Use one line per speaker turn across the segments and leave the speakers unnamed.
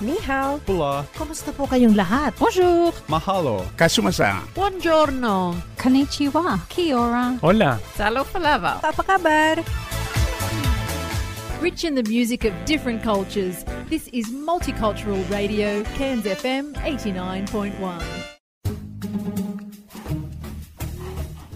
Ni hao.
Pula.
Kumusta po kayong lahat?
Bonjour.
Mahalo.
Kasumasa.
Buongiorno.
Konnichiwa. Kia ora.
Hola.
Salo palava.
Apa kabar?
Rich in the music of different cultures, this is Multicultural Radio, Cairns FM 89.1.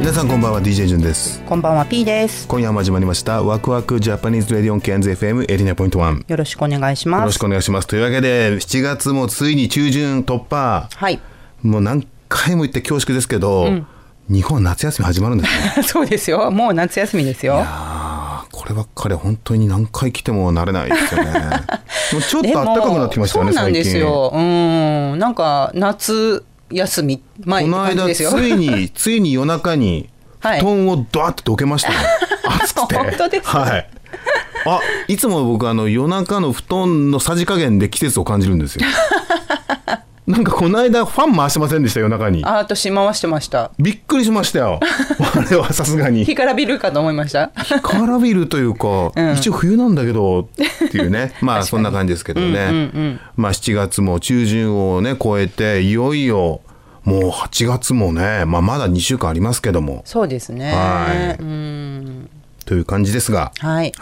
皆さんこんばんは DJ 順です
こんばんは P です
今夜も始まりましたワクワクジャパニーズレディオンケンズ FM89.1 よ
よろしくお願いします
ろしくお願いしますというわけで7月もついに中旬突破
はい
もう何回も言って恐縮ですけど、日本は夏休み始まるんですね
そうですよもう夏休みですよ
あこればっかりは本当に何回来ても慣れないですよねもうちょっと暖かくなってきましたよね
そうなん
最
で
近
すようんなんか夏休み前
こ
って
の
感じ
間
で
つ
すよ
いについに夜中に
は
布
い
団をドアッとどけましたよ、暑くて
本当ですか
はいあいつも僕あの夜中の布団のさじ加減で季節を感じるん ですよなんかこの間ファン回してませんでした夜中に
あ私回してました
びっくりしました よあれはさすがに
干からびるかと思いま した
干からびるというか、
うん
一応冬なんだけどっていう ねまあそんな感じですけどね、まあ7月も中旬をね超えていよいよもう8月もね、まあ、まだ2週間ありますけども
そうですね
はい
うん
という感じですが、
はい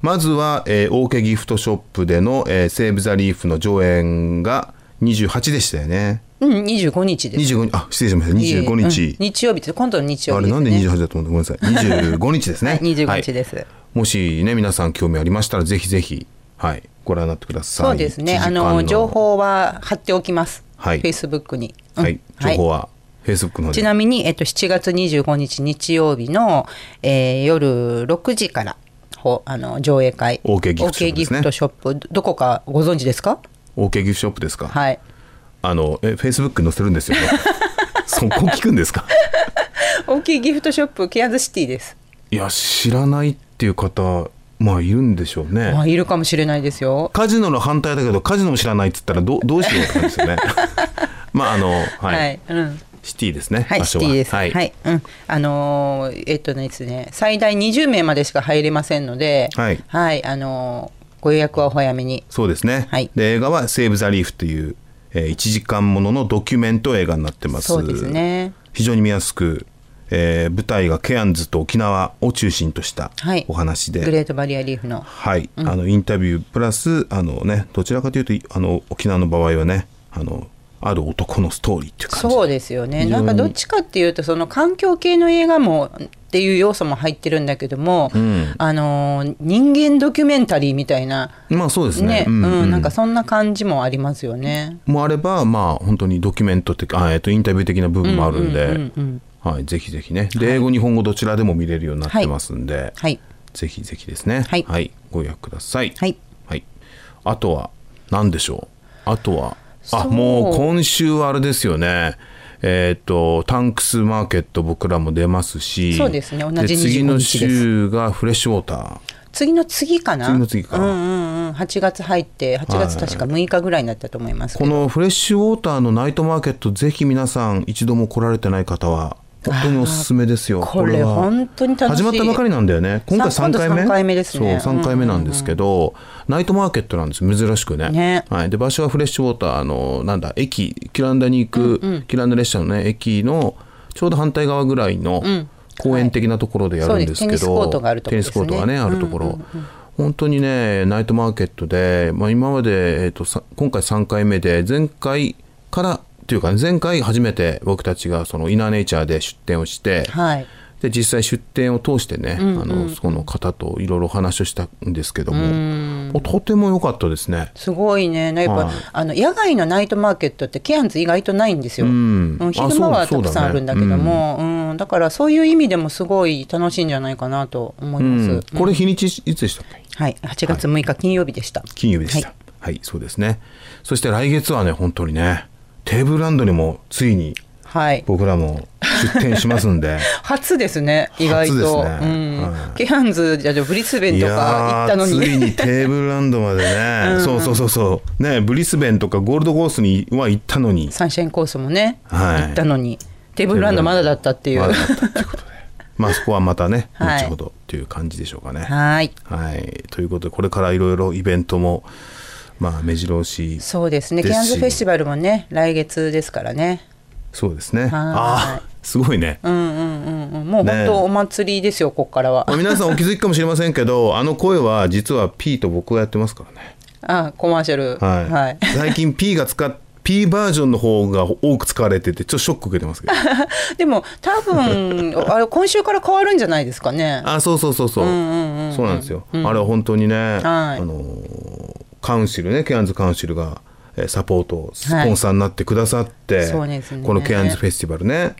まずは、えー、大家ギフトショップでの、えーセーブ・ザ・リーフの上演が28でしたよね。
うん25日です
25日、あ、失礼しました。25日。
うん日曜日です今度の日曜
あ
日
れ
です、ね、
なんで28だと思ってごめんなさい。25日ですね。
はい25
は
日
い
です、
もしね、皆さん興味ありましたら、ぜひぜひ、はい、ご覧になってください。
そうです
1
ね
時
あ
間
の情。報は貼っておきます、
はい
Facebook に、うん
はい、情報は、Facebook の方で
ちなみに、えっと、7月25日日曜日の、えー夜6時からほあの上映会
OK ギフトショップですね
OK ギフトショップどどこかご存知ですか
大家ギフトショップですか。
はい
あの、え、Facebook に載せるん ですよね。そこ聞くんですか
OK ギフトショップケアンズシティです、
いや、知らないっていう方、まあ、いるんでしょうね。
まあ、いるかもしれないですよ
カジノの反対だけどカジノも知らないっつったらどうどうしようって感じですよ ね。まああのはい、
うん
シティですね。
はい、
場
シ
所
テ
は
ィです。は、
はいい。
うん、あのーえっとねですね、最大20名までしか入れませんので、
はい
あのーご予約はお早めに。
そうですね。
はい
で映画はセーブザリーフという、えー、1時間もののドキュメント映画になってます。
そうです。ね。
非常に見やすく、えー舞台がケアンズと沖縄を中心とした
はい
お話で。
グレートバリアリーフの。
はい、あのインタビュープラスあのねどちらかというといあの沖縄の場合はねあのある男のストーリーっていう感じで
そうですよね
非常
な
に
んかどっちかっていうとその環境系の映画もっていう要素も入ってるんだけども、
ん
あのー人間ドキュメンタリーみたいな
まあそうです
ね
ね。
うんなんかそんな感じもありますよね。
もあれば、まあ、本当にドキュメント的あ、えっと、インタビュー的な部分もあるんで、はい、ぜひぜひね、で英語、日本語どちらでも見れるようになってますんで、
はい
ぜひぜひですね、
はい
ご予約ください。
はい
あとは、何でしょう、あとは、あ
そう
もう今週はあれですよね。えっとタンクスマーケット僕らも出ますし
そうですね同じ
次の
25日です
週がフレッシュウォーター
次の次かな
次の次かな
うんうんうん、8月入って8月確か6日ぐらいになったと思いますけ
こ
ど、
のフレッシュウォーターのナイトマーケットぜひ皆さん一度も来られてない方は本当におすすめですよ
あーこれ
は
本当に楽し
始
い
まったばかりなんだよね今回
さん
3回目
今度三回目ですね
そう3回目なんですけど、ナイトマーケットなんです珍しくね
ね
はい、で場所はフレッシュウォーターのなんだ駅キランダに行く、キランダ列車のね駅のちょうど反対側ぐらいの公園的なところでやるんですけど、
はいそうですテニスコートがあるところで
テ
すね
ニスコートがねあるところ、本当にねナイトマーケットで、まあ、今まで、えー、とさ今回3回目で前回からっていうか、ね、前回初めて僕たちがそのイナーネイチャーで出店をして、
はい、
で実際出店を通してね、あのその方といろいろお話をしたんですけどもとても良かったですね。
すごいねやっぱ、
はい
あの野外のナイトマーケットってケアンズ意外とないんですよ、
ん
う
あ
昼間は
そ
た
う
く
だ
さんあるんだけどもだ,、うんだからそういう意味でもすごい楽しいんじゃないかなと思いうます、
ん、これ日にちいつでしたっけ
はい、8月6日金曜日でした、
金曜日でした。
は
はいい、はい、そうですね。そして来月はね、本当にね、テーブルランドにもついに
はい。
僕らも出店しますん で。
初ですね、意外と。
初ですね
うん
はい
ケアンズじゃじゃブリスベンとか行ったの
いやーつい
に。
にテーブルランドまで ね、そうそうそうそうねブリスベンとかゴールドコースには行ったのに
サンシャインコースもね、
はい
行ったのに。テーブルランドまだだったっていう。
ま
は
だだったっていうことでまあそこはまたね
はい
後ほどっていう感じでしょうかね
ーい。
はいということでこれからいろいろイベントもまあ目白押し
そうですね。
です
ケ
し
アンズフェスティバルもね、来月ですからね。
そうですね
は
ああすごいね
うんうんうんうん。もう本
ね
当お祭りですよ、ここからは
まあ。皆さんお気づきかもしれませんけ どあの声は実は P と僕がやってますからね
あ、コマーシャル。
はい、
はい。
最近 P が使っ P バージョンの方が多く使われててちょっとショック受けてますけど
でも 多分あれ今週から変わるんじゃないですかね。
あそうそうそうそう,、そうなんですよ、あれは本当にね、あのーカウンシルねケアンズカウンシルがえーサポートスポンサーになってくださって、
そうですね
このケアンズフェスティバルね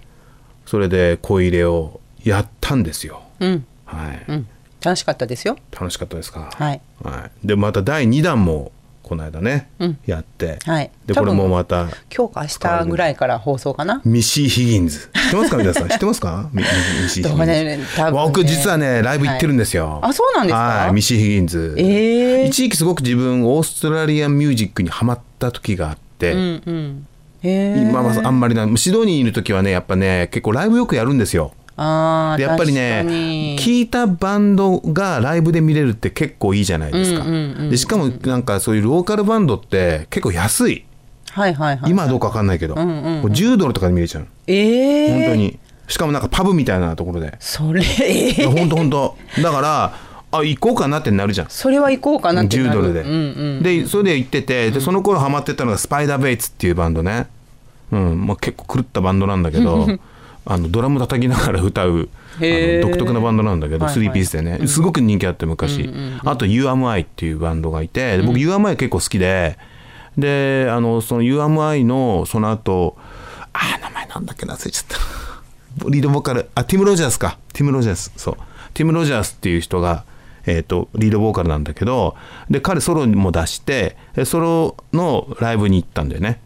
それで恋入れをやったんですよ、
うん
はい、
うん楽しかったですよ。
楽しかったですか
はい、
はいでまた第2弾もこの間ね、やって、
はい
で
多
こ
分
れもまた
今日か明日ぐらいから放送かな。
ミシー・ヒギンズ知ってますか皆 さん知ってますかミミミシー・ヒギ
どう
ンズ、
ね多分ね
僕実はねライブ行ってるんですよ、
はいあそうなんですか
はいミシー・ヒギンズ、
えー
一時期すごく自分オーストラリアンミュージックにハマった時があって、
うんうん。へえ。
今はあんまりなシドニーにいる時はねやっぱね結構ライブよくやるんですよ
ああ
でやっぱり
確か
ね
に
聞いたバンドがライブで見れるって結構いいじゃないですか、
うんうんうん
でしかもなんかそういうローカルバンドって結構安い
はいはいはい。
今はどうか分かんないけど、
んうんうん
もう10ドルとかで見れちゃう
ええ
本当。にしかもなんかパブみたいなところで
それえ
いや
ー
ほんとほんとだからあ行こうかなってなるじゃん
それは行こうかなってな
10
る。
ドルで、
うんうん。
でそれで行っててでその頃ハマってたのがスパイダーベイツっていうバンドね、うんまあ、結構狂ったバンドなんだけどあのドラム叩きながら歌うあ
へー
の独特なバンドなんだけど
はいはい
3ピースでねすごく人気あって昔、あと UMI っていうバンドがいてで僕 UMI 結構好きでであのその UMI のその後あー名前なんだっけな忘れちゃったリードボーカルあティム・ロジャースかティム・ロジャースそうティム・ロジャースっていう人がえー、とリードボーカルなんだけどで彼ソロも出してでソロのライブに行ったんだよね、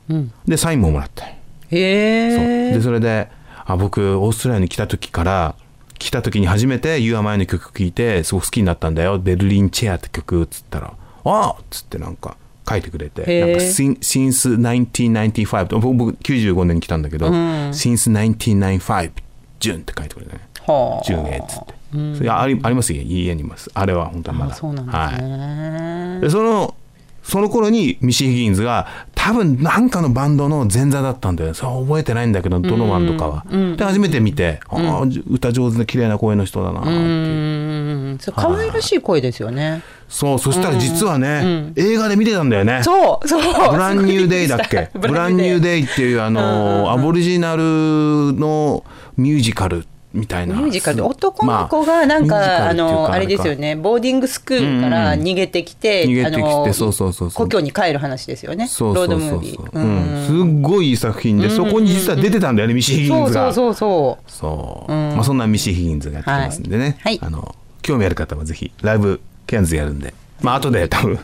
でサインももらってそう
へえ
で。それであ僕オーストラリアに来た時から来た時に初めて You Are Mine の曲聴いてすごく好きになったんだよ「ベルリン・チェア」って曲っつったら「あっ!」つってなんか書いてくれて「
へー
なんか Sin- Since 1995」と僕僕95年に来たんだけど「Since 1995」ジュンって書いてくれたね
はあ
「ジュンへ」っつって、それありありますよ家にいますあれは本当はまだ
あそうなん
はい
ですね。
でそのその頃にミシー・ヒギンズが多分なんかのバンドの前座だったんだよねそれは覚えてないんだけどドノマンとかは。で初めて見て、ああ歌上手で綺麗な声の人だなっていう
うん。そう可愛らしい声ですよね。
そうそしたら実はね、映画で見てたんだよね。
そうそう。
ブランニューデイだっ けブランニュー
デイ。
デイっていうあのアボリジナルのミュージカルみたいな
ミュージカルで男の子がなんか、あ、のあれですよねボーディングスクールから逃げてきて、
逃げてきて
あの
そうそうそうそう
故郷に帰る話ですよね
そうそう
ロード
そ
ムー
う
ビ
そう
ー、
う
うん
ん、すっごいいい作品で、そこに実は出てたんだよねミシー・ヒギン
そう
ズ
そ
が
うそうそう
そう、まあそんなミシー・ヒギンズがやってきますんでね、
はいはい
あの興味ある方はぜひライブケアンズやるんでまあ後で多 分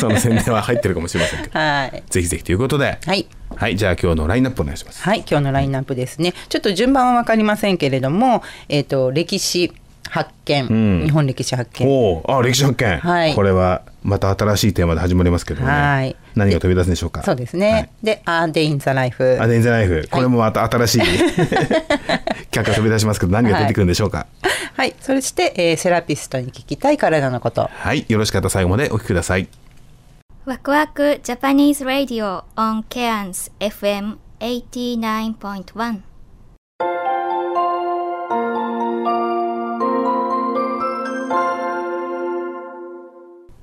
その宣伝は入ってるかもしれませんけど
はい
ぜひぜひということでは
はい
はい、じゃあ今日のラインナップお願いします
はい今日のラインナップですねちょっと順番は分かりませんけれどもえっ、と歴史発見、
ん
日本歴史発見
おおあ歴史発見、
はい
これはまた新しいテーマで始まりますけどね、
はい
何が飛び出すんでしょうか
そうですね、
はい
で「アーデイン・ザ・ライフ
ア」デンザナイフこれもまた新 しい客が飛び出しますけど何が出てくるんでしょうか
はいそして、えーセラピストに聞きたい体のこと
はい、よろしかったら最後までお聞きください
ワクワクジャパニーズ・ラディオ on Cairns FM89.1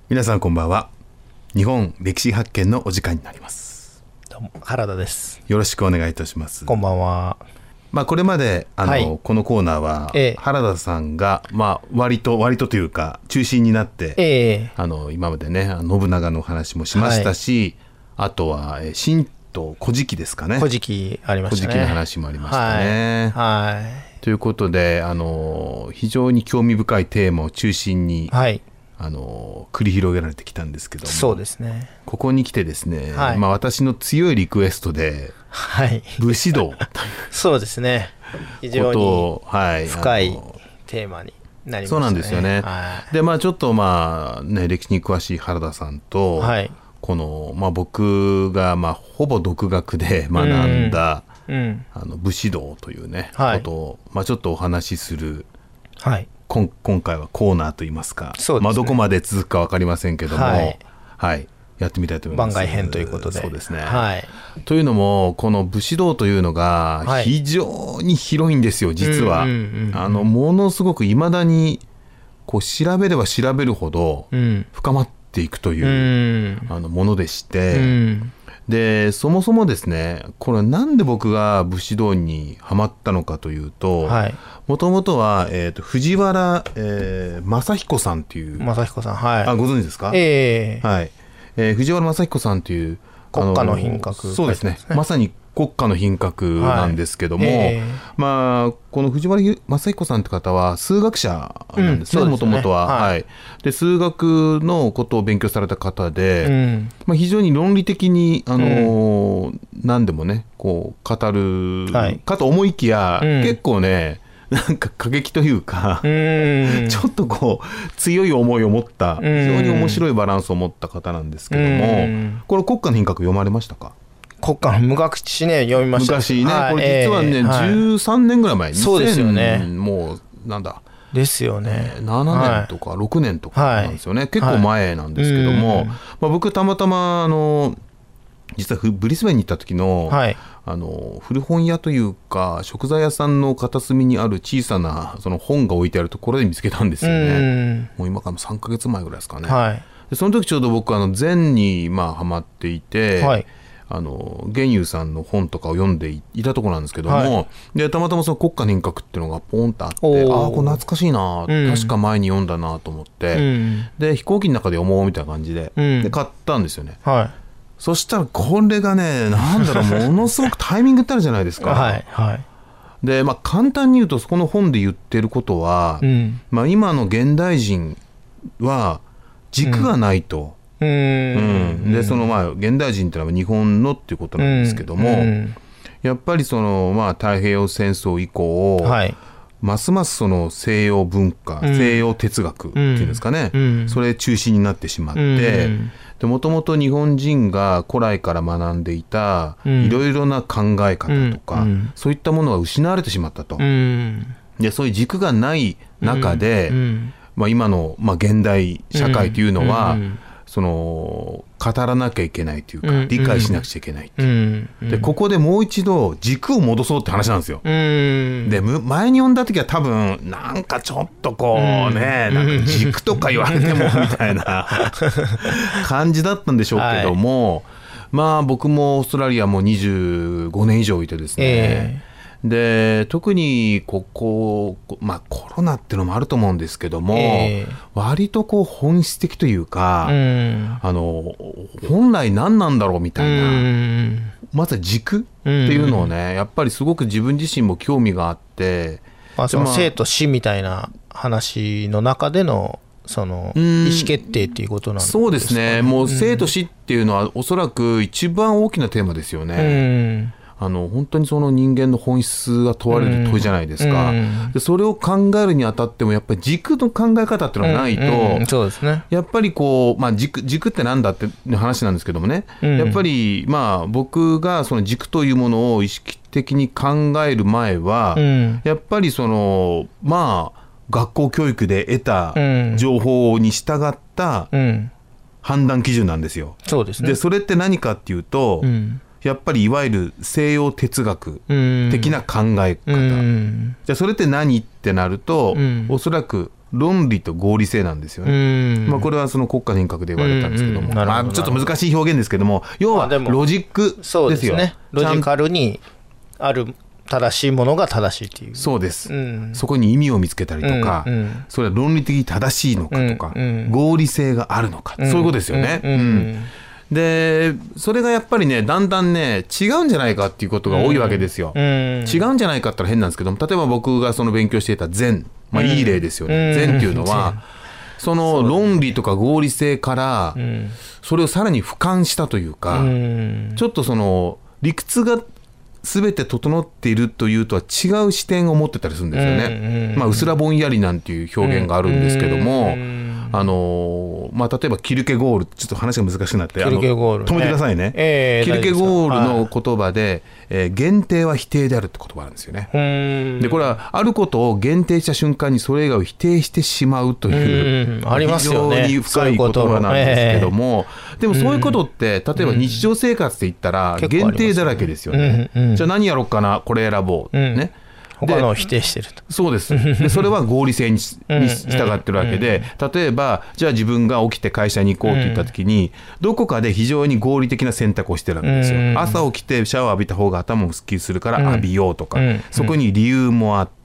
皆さんこんばんは日本歴史発見のお時間になります
どうも原田です。
よろしくお願いいたします
こんばんは。
まあこれまであの、
はい
このコーナーは
ええ
原田さんがまあ割と割とというか中心になって、
ええ
あの今までねあの信長の話もしましたし、あとはえー神道古事記ですかね
古事記ありましたね。
古事記の話もありましたね
はい。
ということであの非常に興味深いテーマを中心に、
はい。はい。
あの繰り広げられてきたんですけども
そうですね。
ここに来てですね、
はい
まあ、私の強いリクエス トで
はい。
武士道
そうですね。非
という
常
ことを、
に
はい、
深
あ
い
の
テーマになりますね。
そうなんですよね。
は
で、まあちょっとまあね、歴史に詳しい原田さんと、
はい
この、まあ僕がまあほぼ独学で学んだ、
い。うん。
あの武士道というね、
はい
ことを、まあちょっとお話しする、
はい。
こん今回はコーナーといいますか、
そうですね
まあどこまで続くかわかりませんけども、は
はいい、
やってみたいと思いま
番
す。
外編ということで。
そうですね。
はい。
というのも、この武士道というのが
はい
非常に広いんですよ、実は。
うんうんうん
あの、ものすごく未だに、こう、調べれば調べるほど
うん。
深まっていくというう、
ん。
あの、ものでし
う
て、
ん。
で、そもそもですね、これなんで僕が武士道にハマったのかというと、
はい。
もともとは、えっ、と、藤原、えー正彦さんっていう、
正彦さん、はい。
あ、ご存知ですか
ええ
はい。えー藤原正彦さんという、あの
国家の品格
そうですね。まさに国家の品格なんですけども、
はいええ
まあ、この藤原正彦さんって方は数学者なんですね、
うん
もと
そうですね
もとは、
はい
はい。で、数学のことを勉強された方で、
うん。
まあ、非常に論理的に、あのー何でもねこう語る、
はい
かと思いきや、
うん
結構ねなんか過激というか、
うん。
ちょっとこう強い思いを持った、
ん
非常に面白いバランスを持った方なんですけども、
うん
これ国家の品格読まれましたか
国家の無学知ね、読みました。
昔ね、
はい
これ実はね、
ええい
13年ぐらい前
そうですよね
2000もうなんだ
ですよね。
7年とか6年とかなんですよね、
はい
結構前なんですけども、
はいうん
まあ、僕たまたまあの実はふブリスベンに行った時の,、
はい
あの古本屋というか食材屋さんの片隅にある小さなその本が置いてあるところで見つけたんですよね、もう今から3ヶ月前ぐらいですか
う
ね、
ん。はい。
でその時ちょうど僕あの禅にまあハマっていて、
はい
あの玄勇さんの本とかを読んでいいたところなんですけども、
は
でたまたまその国家人格っていうのがポンとあってああ
おー
ーこれ懐かしい
う
な、
ん
確か前に読んだなと思って、
うん。
で飛行機の中で読もうみたいな感じで,、
うん
で買ったんですよね
は
そしたらこれがねなんだろうものすごくタイミングってあるじゃないです
い。
か、
はい。はい。
でまあ簡単に言うとそこの本で言ってることは、
うん。
まあ、今の現代人は軸がないと。
う
うん
ん。
でそのまあ現代人ってのは日本のっていうことなんですけども、
うん
やっぱりそのまあ太平洋戦争以降、
はい。
ますますその西洋文化、
うん
西洋哲学っていうんですかね、
うん
それ中心になってしまって、
うん
でもともと日本人が古来から学んでいた
うん
いろいろな考え方とか、
うんうん
そういったものが失われてしまったと、
うん。
でそういう軸がない中で、
うん。
まあ、今の、まあ、現代社会というのは、
うんうん
その語らなきゃいけないというか、
うん
理解しなくちゃいけないっていう、
うん。
でここでもう一度軸を戻そうって話なんですよ。
うん。
でむ前に読んだ時は多分なんかちょっとこうね、なんか軸とか言われてもみた いな感じだったんでしょうけども、まあ僕もオーストラリアも25年以上いてですね、
え
で特にここ、まあ、コロナってのもあると思うんですけども、
ええ
割とこう本質的というか、
うん。
あの本来何なんだろうみたいな、
うん。
まずは軸っていうのをねやっぱりすごく自分自身も興味があって
まあ、その
まあ
生と死みたいな話の中での、その、意
ん
思決定っていうことなんですか
そうですねもう生と死っていうのはおそらく一番大きなテーマですよ
う
ね、
ん。
あの本当にその人間の本質が問われる問いじゃないですか、
うん
でそれを考えるにあたってもやっぱり軸の考え方っていうのがないと、
うんそうですね。
やっぱりこう、まあ、軸軸ってなんだって話なんですけどもね、
うん
やっぱりまあ僕がその軸というものを意識的に考える前は、
うん。
やっぱりそのまあ学校教育で得た
うん
情報に従った
うん。
判断基準なんですよ。
そうですね。
でそれって何かっていうと、
うん。
やっぱりいわゆる西洋哲学的な考え方、
うん。
じゃあそれって何ってなると、
うん
おそらく論理と合理性なんですよね。
うん。
まあ、これはその国家人格で言われたんですけど
う
も、
んうんなるほど
まあ、ちょっと難しい表現ですけども要
ま
は
あでも
ロジックですよ
そうですね。
ちゃ
ロ
ん
ジカルにある正しいものが正しいっていう。
そうです、
うん
そこに意味を見つけたりとか、
うんうん
それは論理的に正しいのかとか、
うんうん
合理性があるのか、そういうことですよね、
うんうん
でそれがやっぱりねだんだんね違うんじゃないかっていうことが多いわけですよ、
うん。
違うんじゃないかって言ったら変なんですけども例えば僕がその勉強していた禅、まあ、いい例ですよね、
うん
禅っていうのは、その論理とか合理性から、
うん
それをさらに俯瞰したというか、
うん
ちょっとその理屈が全て整っているというとは違う視点を持ってたりするんですよね。
うんうん
まあ、うすらぼんやりなんていう表現があるんですけども、
うん
あのーまあ、例えばキルケゴールちょっと話が難しくなって
キルケゴールね
あの止めてくださいね、
ええ
キルケゴール
大丈夫
の言葉で、えー限定は否定であるって言葉なんですよね。
うん
でこれはあることを限定した瞬間にそれ以外を否定してしまうという、
うんありますよね
非常に深い言葉なんですけども、でもそういうことって、例えば日常生活で言ったら
結構あります
限定だらけですよね。
うんうん
じゃあ何やろうかなこれ選ぼう、
うん
ね
他のを否定してると。
そうですでそれは合理性にし
うん
に従ってるわけで、例えば、じゃあ自分が起きて会社に行こうって言った時に、どこかで非常に合理的な選択をしてるわけですよ、
うん
朝起きてシャワー浴びた方が頭もすっきりするから浴びようとか、
うん
そこに理由もあって。
うん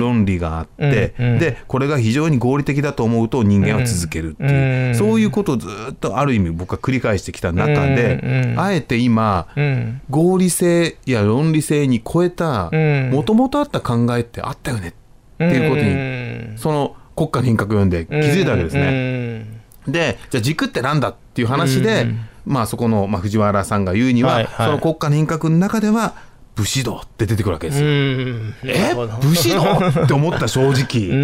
論理があって、
うん
でこれが非常に合理的だと思うと人間は続けるっていう、
うん
そういうことをずっとある意味僕は繰り返してきた中で、
うんうん
あえて今、
うん
合理性や論理性に超えた
うん
もともとあった考えってあったよねっていうことに
に
その国家変革を読んで気づいたわけですね。
ね。
でじゃあ軸ってなんだっていう話で、
うん
まあ、そこの、まあ、藤原さんが言うには、
はいはい
その国家変革の中では武士道って出てくるわけで
う
すよ。
んな
え
るほど
武士道って思った正直。
う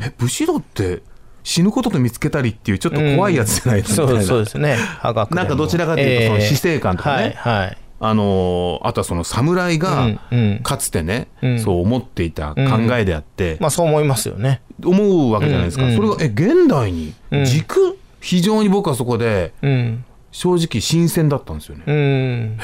ん
え武士道って死ぬことと見つけたりっていうちょっと怖いやつじゃないですか、
そ
みたいうな
そうですね。歯が
なんかどちらかというとその死生観とかね
はいはい。
あのーあとはその侍が
うんうん
かつてね、
うん
そう思っていた考えであって、
まあそう思いますよね。
思うわけじゃないですか、
うんうん
それがえ現代に
うん
軸、非常に僕はそこで
うん
正直新鮮だったんですよね、
うん。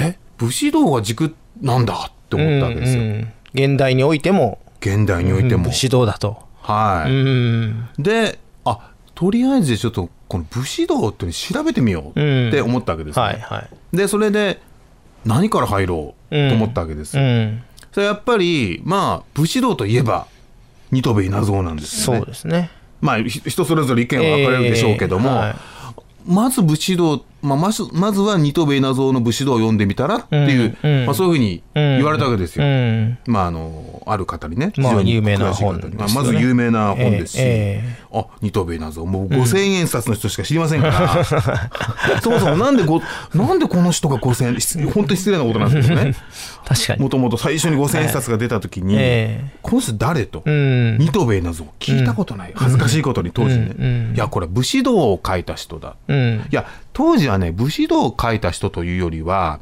え武士道が軸なんだって思ったわけですよ、
うんうん現代においても
現代において
指
も、
導だと。
は
う
い、
ん
であとりあえずちょっとこの武士道っていうの調べてみようって思ったわけですね、
はいはい。
でそれで何から入ろうと思ったわけです、
うん
それやっぱりまあ武士道といえば二戸部稲造なんですよね
そうですね。
まあ、ひ人それぞれ意見は分かれるでしょうけども、
えーはい
まず武士道、まあ、まずまずは二戸部稲造の武士道を読んでみたらっていう、
うんうん
まあ、そういうふうに言われたわけです
う
よ。
ん。
まあ、あのある方にね、
まあ
非常に
有名な
詳しい方
本で
に
すよね
まあまず有名な本ですし、
ええ
あ二戸部稲造、もう五千円札の人しか知りません から、そもそもなんでごなんでこの人が五千円、失本当に失礼なことなんですけどね、
確かに
も。ともと最初に五千円札が出たときに、
ええ
この人誰と、
うん。
ニトベイなぞ聞いたことない、恥ずかしいことに当時ね、
うんうん
いやこれ武士道を書いた人だ、
うん
いや当時はね武士道を書いた人というよりは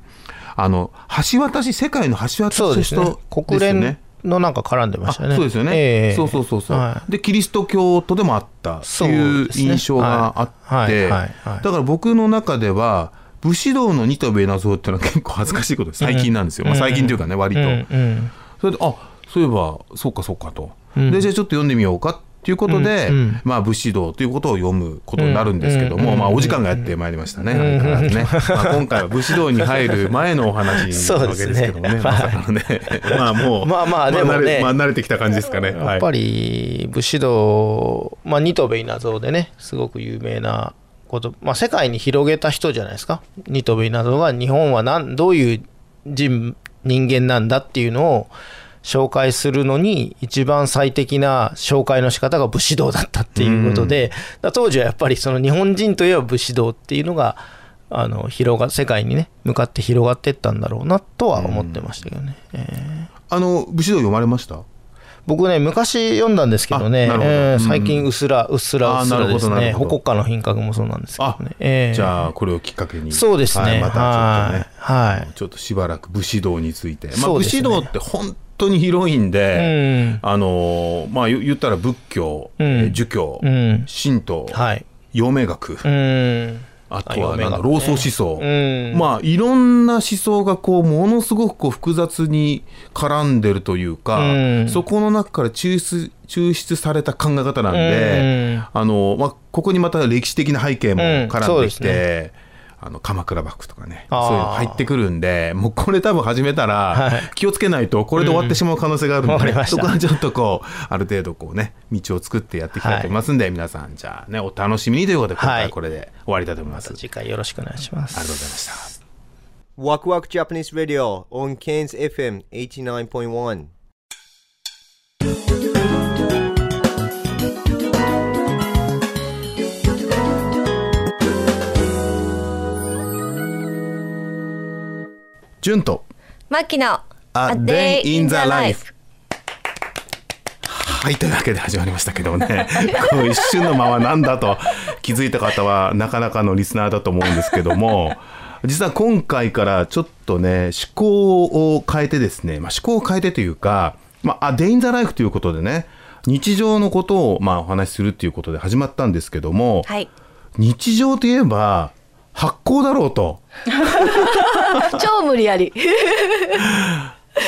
あの橋渡し世界の橋渡し
そうで
の人ですす
ね
ね。
国連のなんか絡んでま
あ
し
そ
たね。
うですよね、
ええ
そうそうそうそう、
はい
でキリスト教徒でもあったって
そう
いう
ですね
印象があって、
はいはいはいはい
だから僕の中では武士道のニトベイなぞっていうのは結構恥ずかしいことです最近なんですよ、まあ、最近というかね割と、
うんうん
それであそういえばそうかそうかと、でじゃあちょっと読んでみようかっていうことで、
うんうん
まあ、武士道ということを読むことになるんですけども、まあ、お時間がやってまいりましたね、相変わらずねまあ、今回は武士道に入る前のお話なわけですけども
そうで
ね
すね
まさかの ねまあもう
まあまあでもね
慣れまあ、慣れてきた感じですかね
やっぱ
り
り武士道、まあ、ニトベイナゾウでねすごく有名なこと、まあ、世界に広げた人じゃないですかニトベイナゾウが日本はなんどういう人人間なんだっていうのを紹介するのに一番最適な紹介の仕方が武士道だったっていうことで、だから当時はやっぱりその日本人といえば武士道っていうのがあの広が世界にね向かって広がってったんだろうなとは思ってましたけどね。えー
あの武士道読まれました
僕ね昔読んだんですけどね
あなるほど
えー
うん
最近うっすらうっすらう
あ
っすらです
なるほどな
ね
るほ
保
ど
国家の品格もそうなんですけ
あ
どね、えー
じゃあこれをきっかけに
そうですね
はい、またちょっとね
はいはい
あのちょっとしばらく武士道について、まあ、
そう
武
ですね
士道って本当に広いんで、
うん
あのーまあ言言ったら仏教、
うん
えー儒教、
うん
神道、
はい
陽明学、
うん
あとは
あ
な
陽明
んだ、
学ね
老僧思想、
うん
まあいろんな思想がこうものすごくこう複雑に絡んでるというか、
うん
そこの中から抽出抽出された考え方なんで、
うん
あのまあ、ここにまた歴史的な背景も絡んでき
うんそう
て。あの鎌倉幕府とかね
あー
そういうの入ってくるんでもうこれ多分始めた
は
ら
い
気をつけないとこれで終わってしまう可能性があるんで、
わかりました
そこはちょっとこうある程度こうね道を作ってやっていきたいと思いますんで、皆さんじゃあねお楽しみにということで今回はこれで終わりたいと思います。
次回よろしくお願いします
ありがとうございました。
Waku Waku Japanese Radio on Cairns FM 89.1.
純と
マキの
A
Day
Day in the
in the
Life はいというわけで始まりましたけどもね こう一瞬の間はなんだと気づいた方はなかなかのリスナーだと思うんですけども実は今回からちょっとね思考を変えてですね、まあ、思考を変えてというか、まあ、A Day in the Life ということでね日常のことをまあお話しするということで始まったんですけども、
はい
日常といえば発酵だろうと。
超無理やり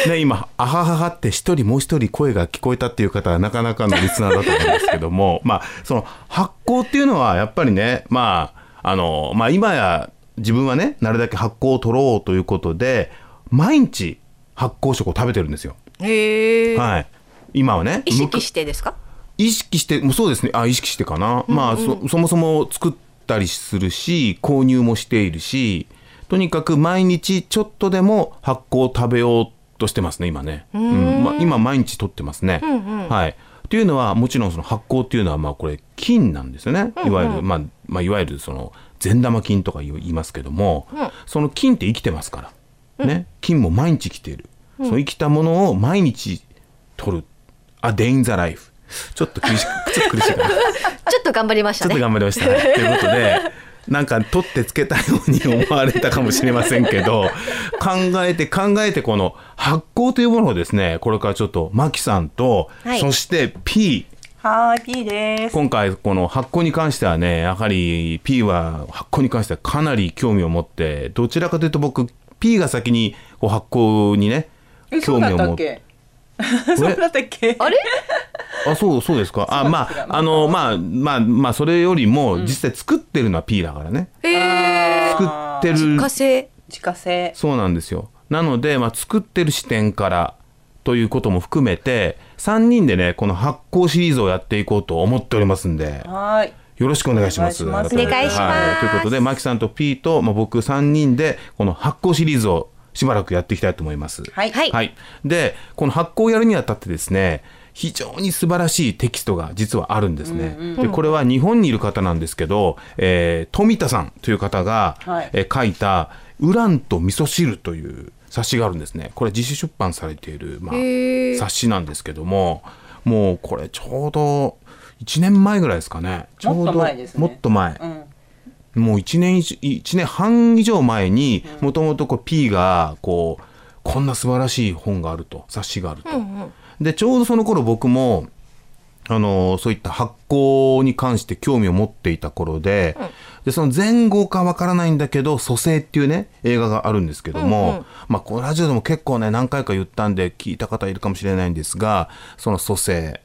ね、今、あはははって一人もう一人声が聞こえたっていう方はなかなかのリスナーだと思うんですけども、 まあ、その発酵っていうのはやっぱりね、まあ、あの、まあ今や自分はね、なるだけ発酵を取ろうということで、毎日発酵食を食べてるんですよ。
へえ
はい。今はね。
意識
し
してですか
意識して、もうそうですね。あ、意識してかな。まあ、そ、そもそも作ったりするし、購入もしているし、とにかく毎日ちょっとでも発酵を食べようとしてますね、今ね。うん、まあ、今毎日取ってますね。はい。というのは、もちろんその発酵っていうのは、まあ、これ、菌なんですよね。いわゆる、まあ、まあ、いわゆるその、善玉菌とか言う言いますけども、その菌って生きてますから。ね。菌も毎日生きている。その生きたものを毎日取る。あ、デインザライフ。ちょっと苦しく、 ちょっと苦しいかな。
ちょっと頑張りまし
ちょ
た
っと
ね
頑張りました。はいということで、なんか取ってつけたように思われたかもしれませんけど、考えて考えてこの発酵というものをですね、これからちょっとマキさんと、
はい
そして P、
はーい、P です。
今回この発酵に関してはね、やはり P は発酵に関してはかなり興味を持って、どちらかというと僕、P が先にこう発酵にね、興味を持って。
そうだったっけ
あれ
あそうそうですか。あまああのまあまあまあそれよりも実際作ってるのは P だからね。作ってる
火星
自家製。
そうなんですよ。なのでまあ作ってる視点からということも含めて3人でねこの発酵シリーズをやっていこうと思っておりますんで。
はーい。
よろしくお願いします。
お願いします
改めて
お願いします
はいということで、マキさんと P と、まあ、僕3人で、この発酵シリーズをしばらくやっていきたいと思います。
はい。
はい
はい、でこの発行をやるにあたってですね非常に素晴らしいテキストが実はあるんですね。でこれは日本にいる方なんですけど、えー富田さんという方が、
はい
えー書いた「ウランと味噌汁」という冊子があるんですね。これ自主出版されている、まあ、冊子なんですけどももうこれちょうど1年前ぐらいですかね。ちょうど
もっと前ですね
もっと前
うん。
もう1年以上1年半以上前にもともとこう P がこうこんな素晴らしい本があると冊子があると、でちょうどその頃僕もあのそういった発酵に関して興味を持っていた頃で,、でその前後かわからないんだけど「蘇生」っていうね映画があるんですけども、まあ、このラジオでも結構ね何回か言ったんで聞いた方いるかもしれないんですがその蘇生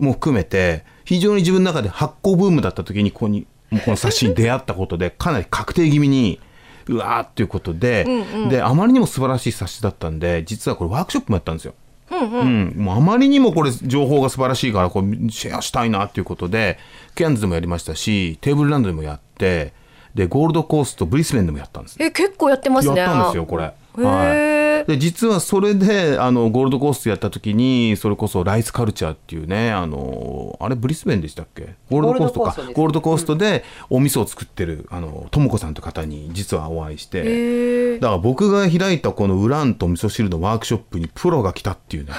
も含めて非常に自分の中で発酵ブームだった時にここにもうこの冊子に出会ったこと でかなり確定気味にうわーっていうことで,、であまりにも素晴らしい冊子だったんで実はこれワークショップもやったんですよ。うん、もうあまりにもこれ情報が素晴らしいからこうシェアしたいなっていうことでケアンズでもやりましたしテーブルランドでもやってでゴールドコーストブリスベンでもやったんです
え結構やってますね
やったんですよ これ。
へ
はい、で実はそれであのゴールドコーストやった時にそれこそライスカルチャーっていうねあのあれブリスベンでしたっけゴールドコーストかゴ
ゴ
ー
ー
ル
ル
ドコーストでお味噌を作ってるあのともこさんという方に実はお会いしてだから僕が開いたこのウランと味噌汁のワークショップにプロが来たっていうね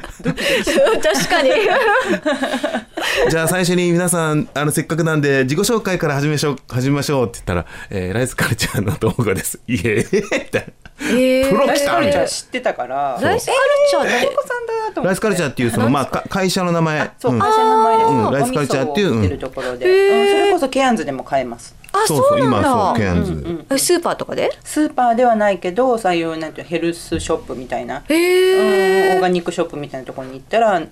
確かに
じゃあ最初に皆さんあのせっかくなんで自己紹介から始めましょう始めましょうって言ったら、えーライスカルチャーのともこですイエーイって
え
プロ
ライ
来
ス
た
カ
み
ルチ
たい
ャ
な
ー知ってたから。
ライスカルチャーって
お子さんだと思って。
ライスカルチャーっていうそのまあか会社の名前
そう、
ん
会社の名前です。
うん
お味噌
ライスカルチャーっていう
を売ってるところで、うんそれこそケアンズでも買えます。
あ
そ
そう
そう
うなん
今そうケ
だ
アンズ、
えスーパーとかで
スーパーではないけど、そういうなんていうのヘルスショップみたいな。うん
へえ
オーガニックショップみたいなところに行ったらん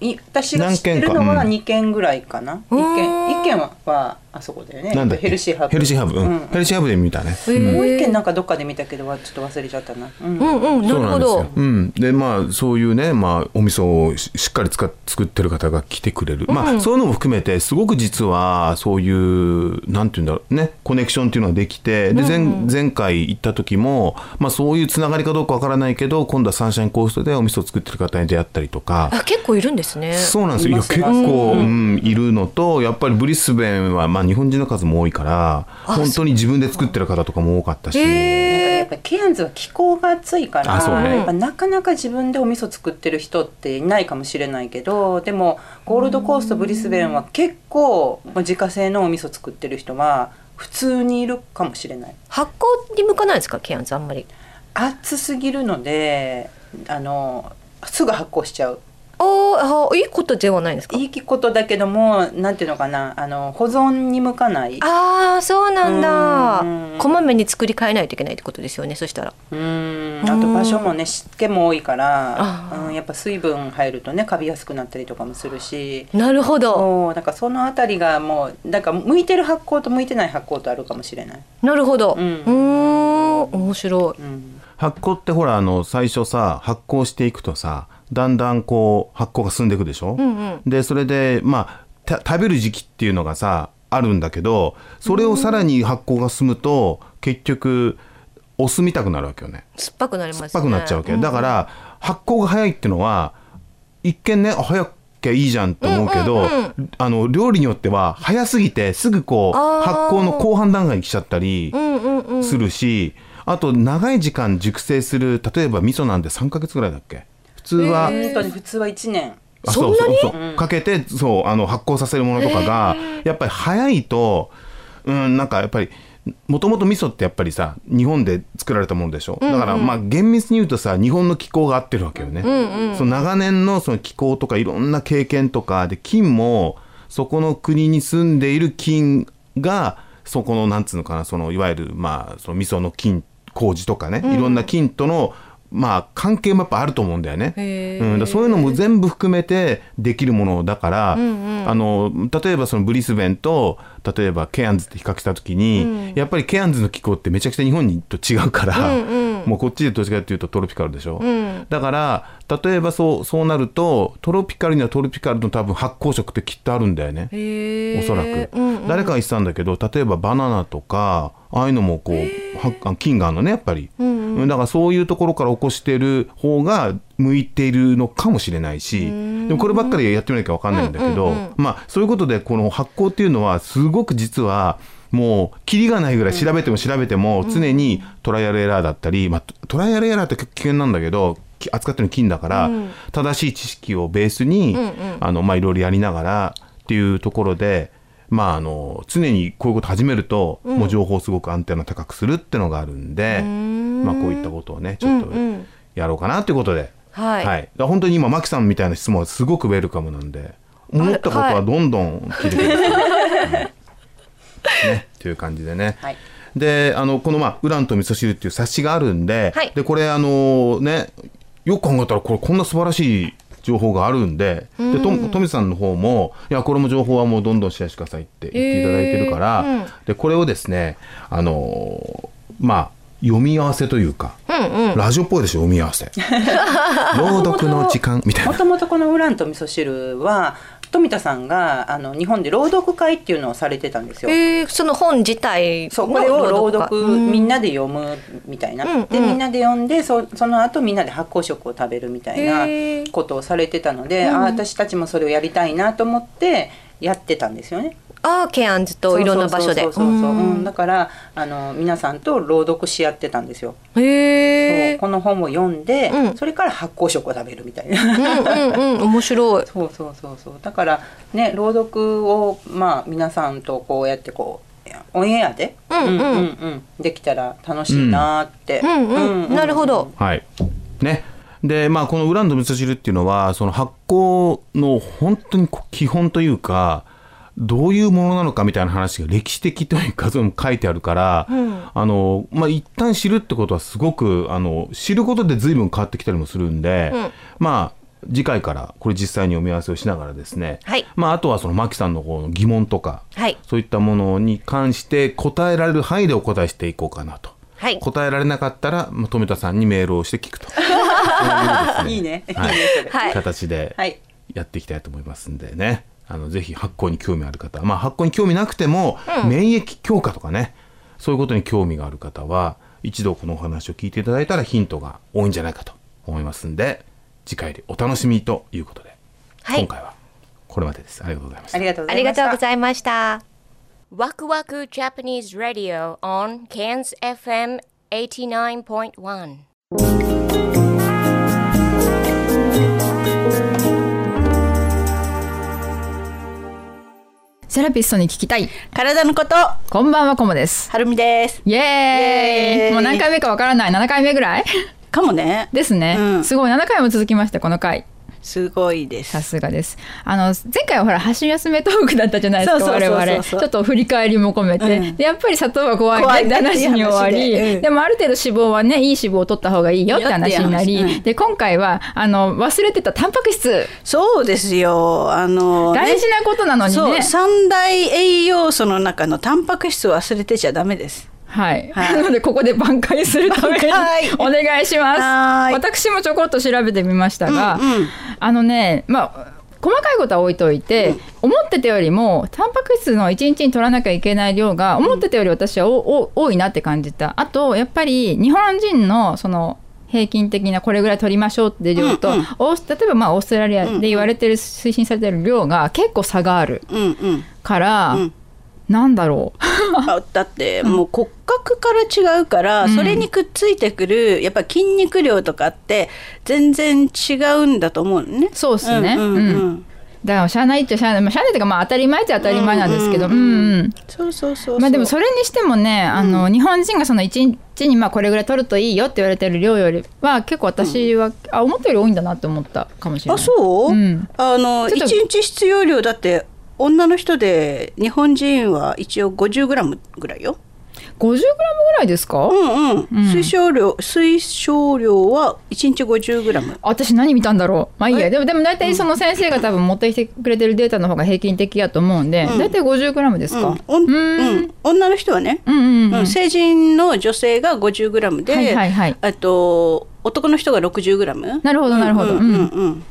い私が知ってる
何軒
の
か
は
うん
2軒ぐらいかな、一
ん
1軒一軒ははあそこだよね
なんだっけ
ヘルシーハブ
ヘルシーハブ、うんヘルシーハブで見たね、
もう1軒なんかどっかで見たけどわちょっと忘れちゃったな、うん
うんうんな
そ
る
うな
ほ
んです
ど
よ、うん、でまあそういうね、まあ、お味噌をししっかり使っ作ってる方が来てくれる、まあそういうのも含めてすごく実はそういうなんていうんだろこうねコネクションっていうのができてで前,、前回行った時も、まあ、そういうつながりかどうかわからないけど今度はサンシャインコーストでお店を作ってる方に出会ったりとか。
あ結構いるんですね。
そうなんですよいや結構、うん、いるのとやっぱりブリスベンは、まあ、日本人の数も多いから本当に自分で作ってる方とかも多かったし、
やっぱケアンズは気候が暑いから、
あそうね
やっぱなかなか自分でお味噌作ってる人っていないかもしれないけどでもゴールドコーストブリスベンは結構まあ自家製のお味噌作ってる人は普通にいるかもしれない
発酵に向かないですかケアンズあんまり。
暑すぎるのであのすぐ発酵しちゃう
ああいいことではないですか。
いいことだけどもなんていうのかなあの保存に向かない
ああそうなんだ
うん
こまめに作り変えないといけないってことですよねそしたら
うんあと場所もね湿気も多いから
あ、ー
うん、やっぱ水分入るとねカビやすくなったりとかもするし
なるほど
そうだからそのあたりがもうだから向いてる発酵と向いてない発酵とあるかもしれない、
なるほどう
う
んんん面白い
うん、
発酵ってほらあの最初さ発酵していくとさだんだんこう発酵が進んでいくでしょ、
うんうん
でそれでまあた食べる時期っていうのがさあるんだけどそれをさらに発酵が進むと結局お酢みたくなるわけよね
酸っぱくなります
酸
ね
っぱくなっちゃうわけ、
ん
だから発酵が早いっていうのは一見ねあ早きゃいいじゃんと思うけ
う
ど、
んうん
あの料理によっては早すぎてすぐこう
あー
発酵の後半段階に来ちゃったり、
うんうんうん
するし、あと長い時間熟成する例えば味噌なんて3ヶ月ぐらいだっけ普通は、
本当に普通は1年
あそうそうそうかけてそうあの発酵させるものとかが、やっぱり早いとうんなんかやっぱりもともと味噌ってやっぱりさ日本で作られたものでしょ、だからまあ厳密に言うとさ日本の気候が合ってるわけよね、その長年のその気候とかいろんな経験とかで菌もそこの国に住んでいる菌がそこのなんつうのかなそのいわゆるまあその味噌の菌麹とかね、いろんな菌とのまあ関係もやっぱあると思うんだよね。うん、だからそういうのも全部含めてできるものだから、あの例えばそのブリスベンと例えばケアンズって比較した時に、やっぱりケアンズの気候ってめちゃくちゃ日本と違うから、もうこっちでどっちかっていうとトロピカルでしょ、だから例えばそうそうなるとトロピカルにはトロピカルの多分発酵食ってきっとあるんだよね。おそらく、誰かが言ってたんだけど例えばバナナとかああいうのもこうはあ菌があるのねやっぱり、うんだからそういうところから起こしてる方が向いているのかもしれないしでもこればっかりやってみなきゃ分かんないんだけど、まあそういうことでこの発酵っていうのはすごく実はもうキリがないぐらい調べても調べても常にトライアルエラーだったり、まあ、トライアルエラーって結構危険なんだけどき扱ってるの菌だから、正しい知識をベースに、あのまあいろいろやりながらっていうところで、まあ、あの常にこういうこと始めると、もう情報をすごくアンテナ高くするってのがあるんで、まあ、こういったことをねちょっとやろうかなということで、
はい
だから本当に今マキさんみたいな質問はすごくウェルカムなんで思ったことはどんどん聞いてください。ね、という感じでね。
はい
であのこの、まあ「ウランと味噌汁」っていう冊子があるんで,、
はい
でこれあのねよく考えたらこれこんな素晴らしい情報があるんででと富さんの方も「いやこれも情報はもうどんどんシェアしてください」って言っていただいてるから、でこれをですねあのまあ読み合わせというか、ラジオっぽいでしょ読み合わ せ朗読の時間みたい
も
な
ともとこのウランと味噌汁は富田さんがあの日本で朗読会っていうのをされてたんですよ、
えー、その本自体
そう
の
これを朗
か
読みんなで読むみたいな、
うん
で
うん
みんなで読んでそその後みんなで発酵食を食べるみたい
へ
な
ー
ことをされてたので、あー私たちもそれをやりたいなと思ってやってたんですよね。
ああケアンズといろんな場所で
そうそうそうそううん
ん
だからあの皆さんと朗読し合ってたんですよ。
へ
そう
え
この本を読んで、
うん
それから発酵食を食べるみたいな。
うんうんうん面白い
そうそうそうそうだからね朗読をまあ皆さんとこうやってこうオンエアで、
うんうん
うんうんできたら楽しいなーって、
うんうん、なるほど
はい。ね。で、まあ、このウランド味噌汁っていうのは、その発酵の本当にこう基本というか、どういうものなのかみたいな話が歴史的というか、そういうのも書いてあるから、あの、まあ、一旦知るってことはすごく、あの、知ることで随分変わってきたりもするんで、まあ、次回からこれ実際に読み合わせをしながらですね、
はい
まあ、あとはそのマキさんの方の疑問とか、
はい
そういったものに関して答えられる範囲でお答えしていこうかなと。
はい
答えられなかったら、まあ、富田さんにメールをして聞くと。そういうです
いいね
はい
いいねそれ
はい
形で
はい
やっていきたいと思いますんでね。あのぜひ発酵に興味ある方、まあ、発酵に興味なくても、免疫強化とかねそういうことに興味がある方は一度このお話を聞いていただいたらヒントが多いんじゃないかと思いますんで次回でお楽しみということで、
はい
今回はこれまでですありがとうございました
ありがとうご
あ
ざい
り
ま
が
し
とう
た
ご。ざいました。
Waku Waku Japanese Radio on Cairns FM 89.1.
「セラピストに聞きたい」
体のこと
こんばんはこもです
はるみです
イエーイ
イエーイ
もう何回目かわからない7回目ぐらい
かもね
ですね、すごい7回も続きましたこの回
すごいです
さすがですあの前回はほら箸休めトークだったじゃないですか
そうそうそうそう
我々ちょっと振り返りも込めて、
うん
でやっぱり砂糖は怖い
怖い
ねって話に終わり
っていう話
で,、
でうん
もある程度脂肪はねいい脂肪を取った方がいいよって話にな
よって
り、
話うん
で今回はあの忘れてたタンパク質
そうですよあのね
大事なことなのにね
そう三大栄養素の中のタンパク質を忘れてちゃダメです
はい、 なのでここで挽回するためにお願いします私もちょこっと調べてみましたが、あのねまあ細かいことは置いといて、思ってたよりもタンパク質の1日に取らなきゃいけない量が思ってたより私はおお多いなって感じたあとやっぱり日本人のその平均的なこれぐらい取りましょうって量と、オース例えばまあオーストラリアで言われてる、推進されてる量が結構差があるから、なんだろう
あだってもう骨格から違うから、それにくっついてくるやっぱ筋肉量とかって全然違うんだと思うのね
そうですね
うんうんうん
だからしゃあないっちゃしゃあない、まあ、しゃあないというかまあ当たり前っちゃ当たり前なんですけど、うんうん
そうそうそう
まあでもそれにしてもねあの、日本人がその1日にまあこれぐらい取るといいよって言われてる量よりは結構私は、あ思ったより多いんだなって思ったかもしれ
あ
ない。
そう、
ん
あの1
ちょっと
日必要量だって女の人で日本人は一応 50g ぐらいよ
50g ぐらいですか
うんうん、推奨量推奨量は1日 50g
私何見たんだろうまあいいやでもでも大体その先生が多分持ってきてくれてるデータの方が平均的やと思うんで、
うん
大体 50g ですか、
おんうん女の人はね、うん成人の女性が 50g で、
はいはいはい
あと男の人が 60g
なるほどなるほど
うんうんうんうん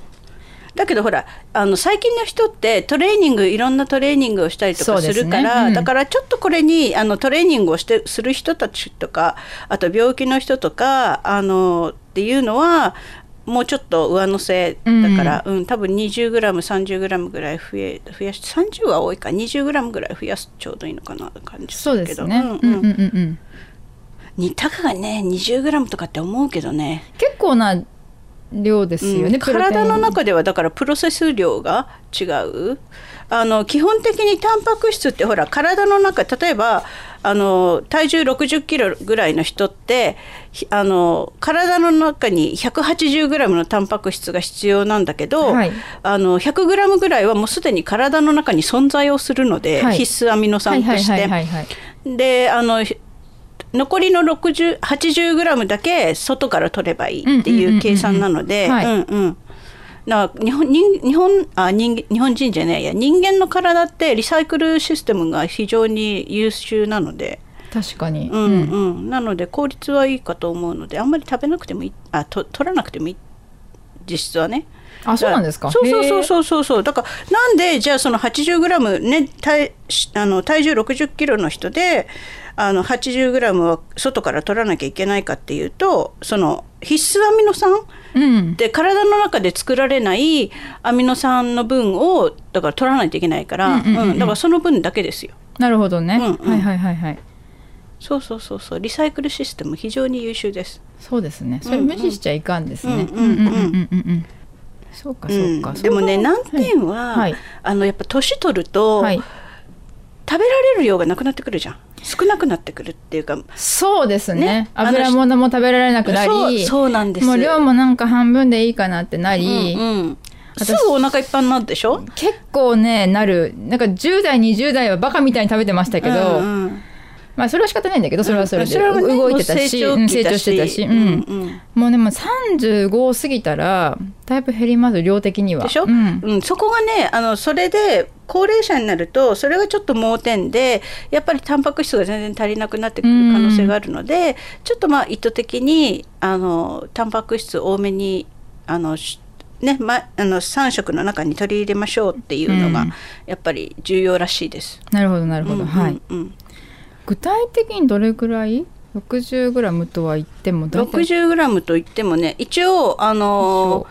だけどほらあの最近の人ってトレーニングいろんなトレーニングをしたりと
そう
か
ですすね
るから、
うん
だからちょっとこれにあのトレーニングをしてする人たちとかあと病気の人とかあのっていうのはもうちょっと上乗せだから、うん多分 20g30g ぐらい増え増やし30は多いか 20g ぐらい増やすちょうどいいのかな感じ
そうですね、
うん
うんうんうんうん
にたかがね 20g とかって思うけどね
結構な量ですよね、
うん
プロテイン
体の中ではだからプロセス量が違うあの基本的にタンパク質ってほら体の中例えばあの体重6 0キロぐらいの人ってひあの体の中に1 8 0ムのタンパク質が必要なんだけど、
はい
あの1 0 0ムぐらいはもうすでに体の中に存在をするので、
はい
必須アミノ酸として。
はいはいはいはいはい
であのひ残りの60 80g だけ外から取ればいいっていう計算なので
うんうんうんうん
うんうんな日本人日本あ人日本人じゃないや人間の体ってリサイクルシステムが非常に優秀なので、
確かに、
うんうんなので効率はいいかと思うのであんまり食べなくてもいいあと取らなくてもいい実質はね。
あそうなんですか
そうそうそう
う
そうそうそうだからなんでじゃあその 80g ね体しあの体重 60kg の人であの 80g は外から取らなきゃいけないかっていうとその必須アミノ酸
うん
で体の中で作られないアミノ酸の分をだから取らないといけないから、
うんうんうんうん
うんだからその分だけですよ。
なるほどね、はいはいはいはい
そうそうそうそうリサイクルシステム非常に優秀です。
そうですねそれ無視しちゃいかんですね
うんうんうんう
う
ん
んうんうんそうかそうか、
うん
そ
で
う
もね難点は、
はい
あのやっぱ年取ると、食べられる量がなくなってくるじゃん少なくなってくるっていうか
そうですね
ねあの
油物も食べられなくなり
そうそうなんです
もう量もなんか半分でいいかなってなり、
うんすぐお腹いっぱいになるでしょ
結構ねなるなんか10代20代はバカみたいに食べてましたけど、
うん
まあそれは仕方ないんだけどそれはそれで、
それはね
動いてたし
もう
うん成
成長期だ
長
し
してたし、うん
うんうん
もうでも35過ぎたらだいぶ減ります量的には
でしょ、
う
うんんそこがねあのそれで高齢者になるとそれがちょっと盲点でやっぱりタンパク質が全然足りなくなってくる可能性があるので、ちょっとまあ意図的にあのタンパク質多めにあのし
ねま、あの3食の中に取り入れましょうっていうのがやっぱり重要らしいです。
なるほどなるほど、はい、具体的にどれくらい 60g とは言っても大体
60g といってもね一応あのー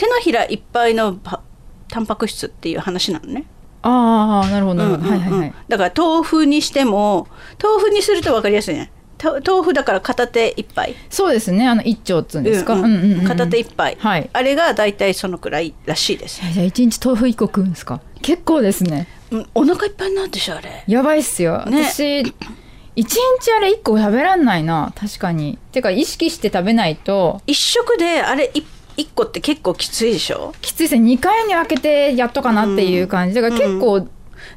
手のひらいっぱいのばタンパク質っていう話なのね。
ああなるほどなるほど、はいはいはい
だから豆腐にしても豆腐にすると分かりやすいねと豆腐だから片手一杯
そうですねあの一丁っつうんですか、
うん
うんうんうん
片手一杯、あれが大体そのくらいらしいです
じゃあ一日豆腐一個食うんですか結構ですね
うんお腹いっぱいになるでしょあれ
やばいっすよ、
ね
私一日あれ一個食べらんないな確かにてか意識して食べないと
一食であれ一一個って結構きついでしょ
きついですね2回に分けてやっとかなっていう感じ、だから結構、だ
か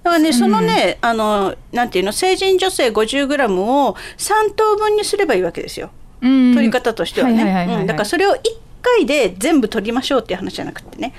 らねそのね、あのなんていうの成人女性 50g を3等分にすればいいわけですよ、
うん
取り方としては
はいはいはいはい
ねうんだからそれを1回で全部取りましょうっていう話じゃなくてね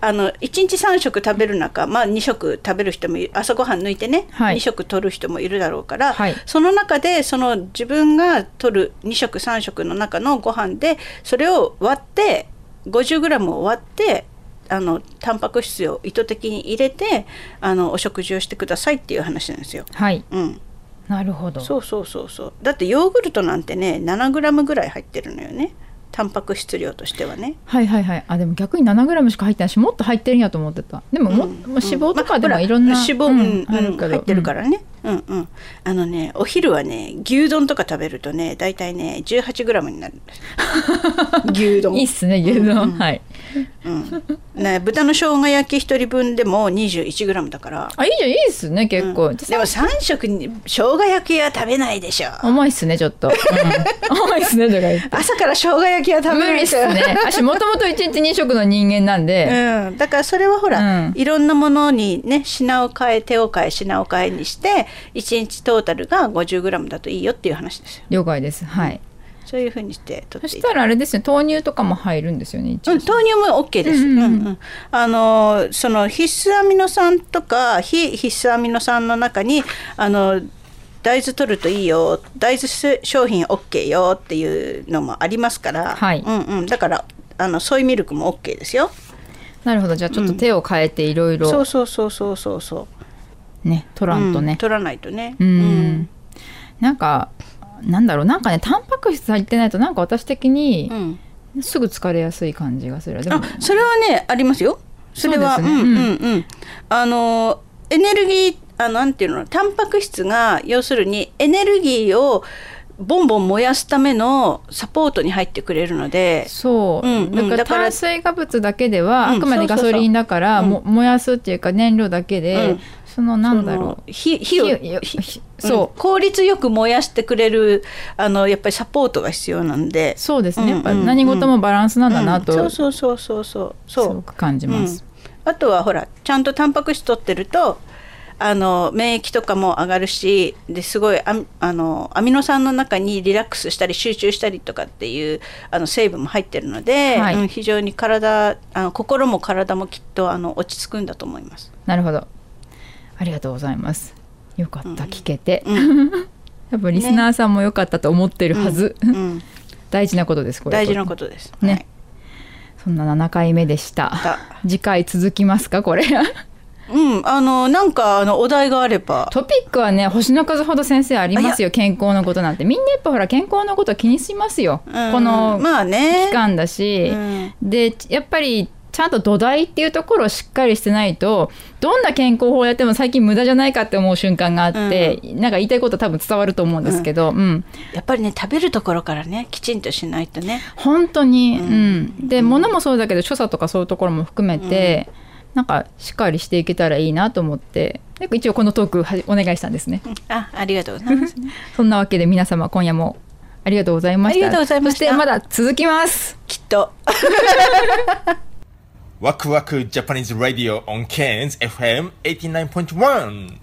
あの1日3食食べる中、まあ、2食食べる人もいる朝ごはん抜いてね、
はい
2食取る人もいるだろうから、その中でその自分が取る2食3食の中のご飯でそれを割って 50g を割ってあのタンパク質を意図的に入れてあのお食事をしてくださいっていう話なんですよ。
はい、
うん、
なるほど
そうそうそうそうだってヨーグルトなんてね 7g ぐらい入ってるのよねタンパク質量としてはね。
はいはいはいあでも逆に 7g しか入ってないしもっと入ってるんやと思ってたでもも,、もう脂肪とかでもいろんな、
まあほら
うん
脂肪、うん
あ
う
る
ん
けど
入ってるからね、うんうんあのねお昼はね牛丼とか食べるとね大体ね 18g になる んです牛丼
いいっすね牛丼、はい
うんね豚の生姜焼き一人分でも 21g だから
あいいじゃんいいっすね結構、
でも3食に生姜焼きは食べないでしょ
重いっすねちょっと、うん、重いっすねとか言って
朝から生姜焼きは食べ
無
ない
理っ
です
ね私もともと一日二食の人間なんで、
うん、だからそれはほら、いろんなものにね品を変え手を変え品を変えにして1日トータルが 50g だといいよっていう話ですよ
了解ですはい、
そういうふうにして取
そ
ってい
した
だ
たらあれですね豆乳とかも入るんですよね一応
うん、豆乳も OK です。うんうんあのーその必須アミノ酸とか非必須アミノ酸の中にあのー大豆取るといいよ大豆す商品 OK よっていうのもありますから、うんうん、だからあのソイミルクも OK ですよ。
なるほどじゃあちょっと手を変えていろい
そ
ろ
うそうそうそうそうそう。
ね取らんとね
うん取らないとね。
うん、なんかなんだろうなんかねタンパク質入ってないとなんか私的に、すぐ疲れやすい感じがするでも
あそれはねありますよそれは
そううですね
んうんうんあのエネルギーあのなんていうのタンパク質が要するにエネルギーをボンボン燃やすためのサポートに入ってくれるので
そう、
んうん、
だ
だ
か
からら
炭水化物だけでは、
うん
あくまでガソリンだから
そうそう
も燃やすっていうか燃料だけで、
うん
そのなんだろう
火火を
火火火
そうん
そ
効率よく燃やしてくれるあのやっぱりサポートが必要なんで
そうですねやっぱ
うんうんうん
何事もバランスなんだなと
うんそうそうそうそうそうそう
う感じます、
うんあとはほらちゃんとタンパク質取ってるとあの免疫とかも上がるしですごいアミあのアミノ酸の中にリラックスしたり集中したりとかっていうあの成分も入ってるので、
はい
うん非常に体あの心も体もきっとあの落ち着くんだと思います。
なるほどありがとうございますよかった、聞けて、 多分リスナーさんもよかったと思ってるはず、 大事なことですこれ
大事なことです。
ね、そんな7回目でした次回続きますかこれ
うんあのなんかあのお題があれば
トピックはね星の数ほど先生ありますよ健康のことなんてみんなやっぱほら健康のこと気にしますよ、この
まあね
期間だし、でやっぱりちゃんと土台っていうところをしっかりしてないとどんな健康法をやっても最近無駄じゃないかって思う瞬間があって、なんか言いたいこと多分伝わると思うんですけど、うん
やっぱりね食べるところからねきちんとしないとね。
本当に、うんで、物もそうだけど所作とかそういうところも含めて、なんかしっかりしていけたらいいなと思ってなんか一応このトークはお願いしたんですね。
あありがとうございます。
そんなわけで皆様今夜もありがとうございました。
ありがとうございました
そしてまだ続きます。
きっと。
ワクワクジャパニーズ・ラディオ on Cairns FM89.1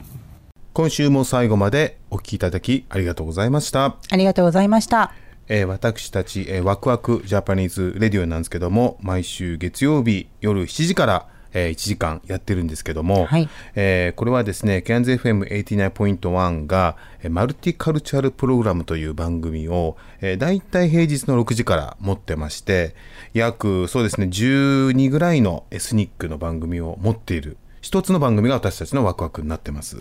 今週も最後までお聞きいただきありがとうございました。
ありがとうございました。
えー私たち、えーワクワクジャパニーズレディオなんですけども毎週月曜日夜7時から、えー1時間やってるんですけども、えーこれはですね CANZFM89.1 がえーマルティカルチャルプログラムという番組を、えー、大体平日の6時から持ってまして約そうですね12ぐらいのエスニックの番組を持っている一つの番組が私たちのワクワクになってます。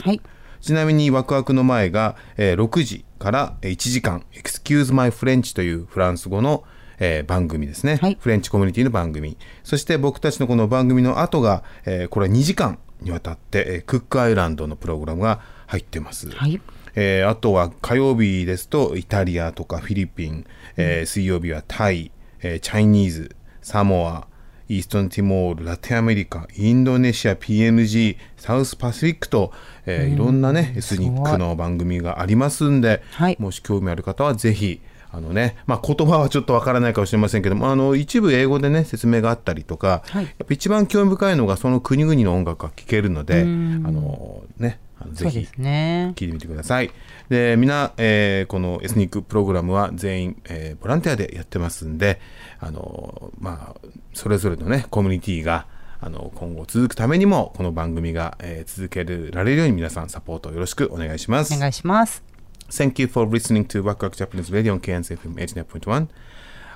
ちなみにワクワクの前が、えー6時からえー1時間「Excuse My French」というフランス語の、えー番組ですね、フレンチコミュニティの番組そして僕たちのこの番組の後が、えーこれは2時間にわたって、えークックアイランドのプログラムが入ってます、えーあとは火曜日ですとイタリアとかフィリピン、えー水曜日はタイ、えーチャイニーズサモアイーストンティモール、ラテンアメリカ、インドネシア、PNG、サウスパシフィックと、えーいろんなね、エスニックの番組がありますんで、もし興味ある方はぜひ、あのね、まあ、言葉はちょっとわからないかもしれませんけども、あの、一部英語でね、説明があったりとか、やっぱ一番興味深いのがその国々の音楽が聴けるので、あ
うん
の、ね、あのぜ
そう
ひ
ですね
聞いてみてください。で、みんな、えーこのエスニックプログラムは全員、えーボランティアでやってますんで、あのーまあ、それぞれのね、コミュニティが、あの、今後続くためにも、この番組が、えー続けられるように皆さんサポートよろしくお願いします。お願い
します。
Thank you for listening to Wakwak Japanese Radio on KNZFM 89.1.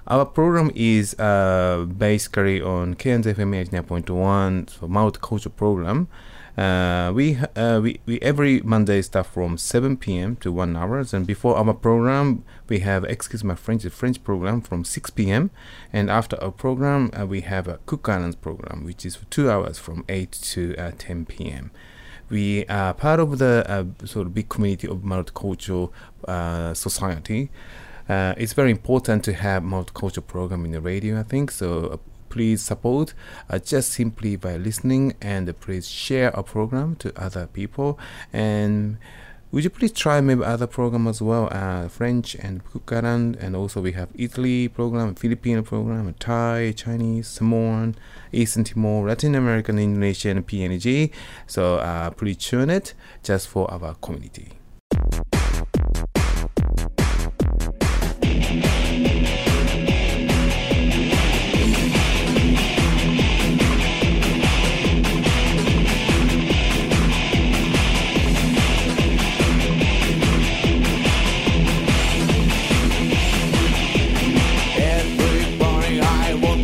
Our program is uh, basically on KNZFM 89.1 so Mouth Culture Program. Uh, we, uh, we we every Monday start from 7 p.m. to 1 hours, and before our program we have Excuse My French, the French program from 6 p.m. and after our program uh, we have a Cook Islands program, which is for two hours from 8 to uh, 10 p.m we are part of the uh, sort of big community of multicultural uh, society. Uh, it's very important to have multicultural program in the radio, I think. So uh, please support uh, just simply by listening and please share our program to other people. And would you please try maybe other program as well, uh, French and Kukaran, and also we have Italy program, Filipino program, Thai, Chinese, Samoan, Eastern Timor, Latin American, Indonesian, PNG. So uh, please tune it just for our community.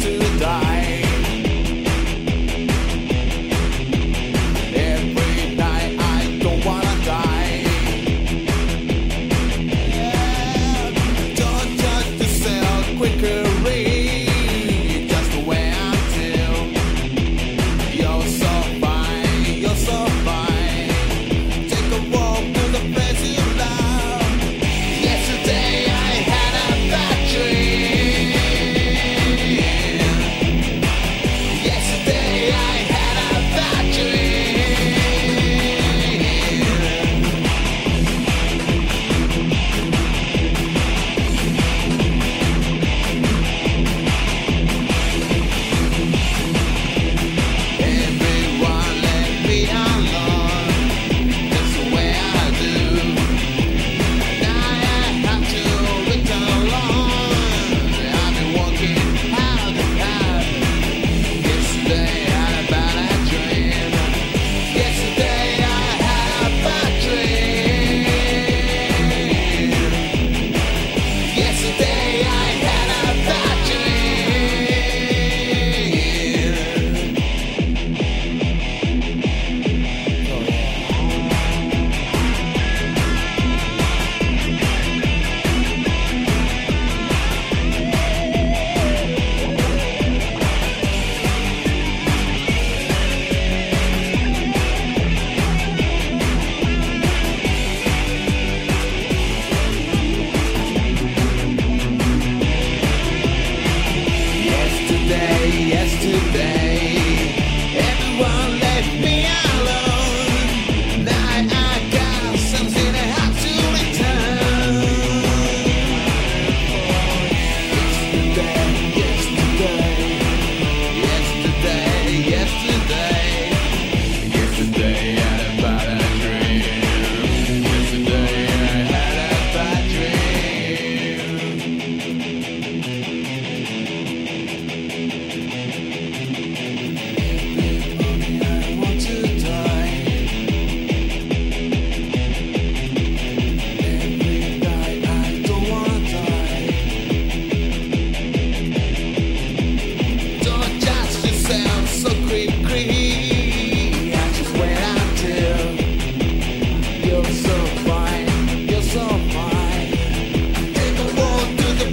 「Every night I don't wanna die」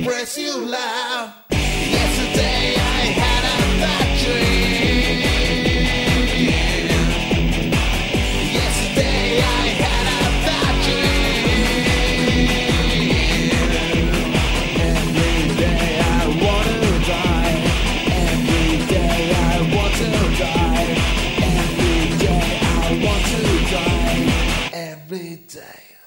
makes you laugh. Yesterday I had a bad dream. Yesterday I had a bad dream. Every day I want to die. Every day I want to die. Every day I want to die. Every day.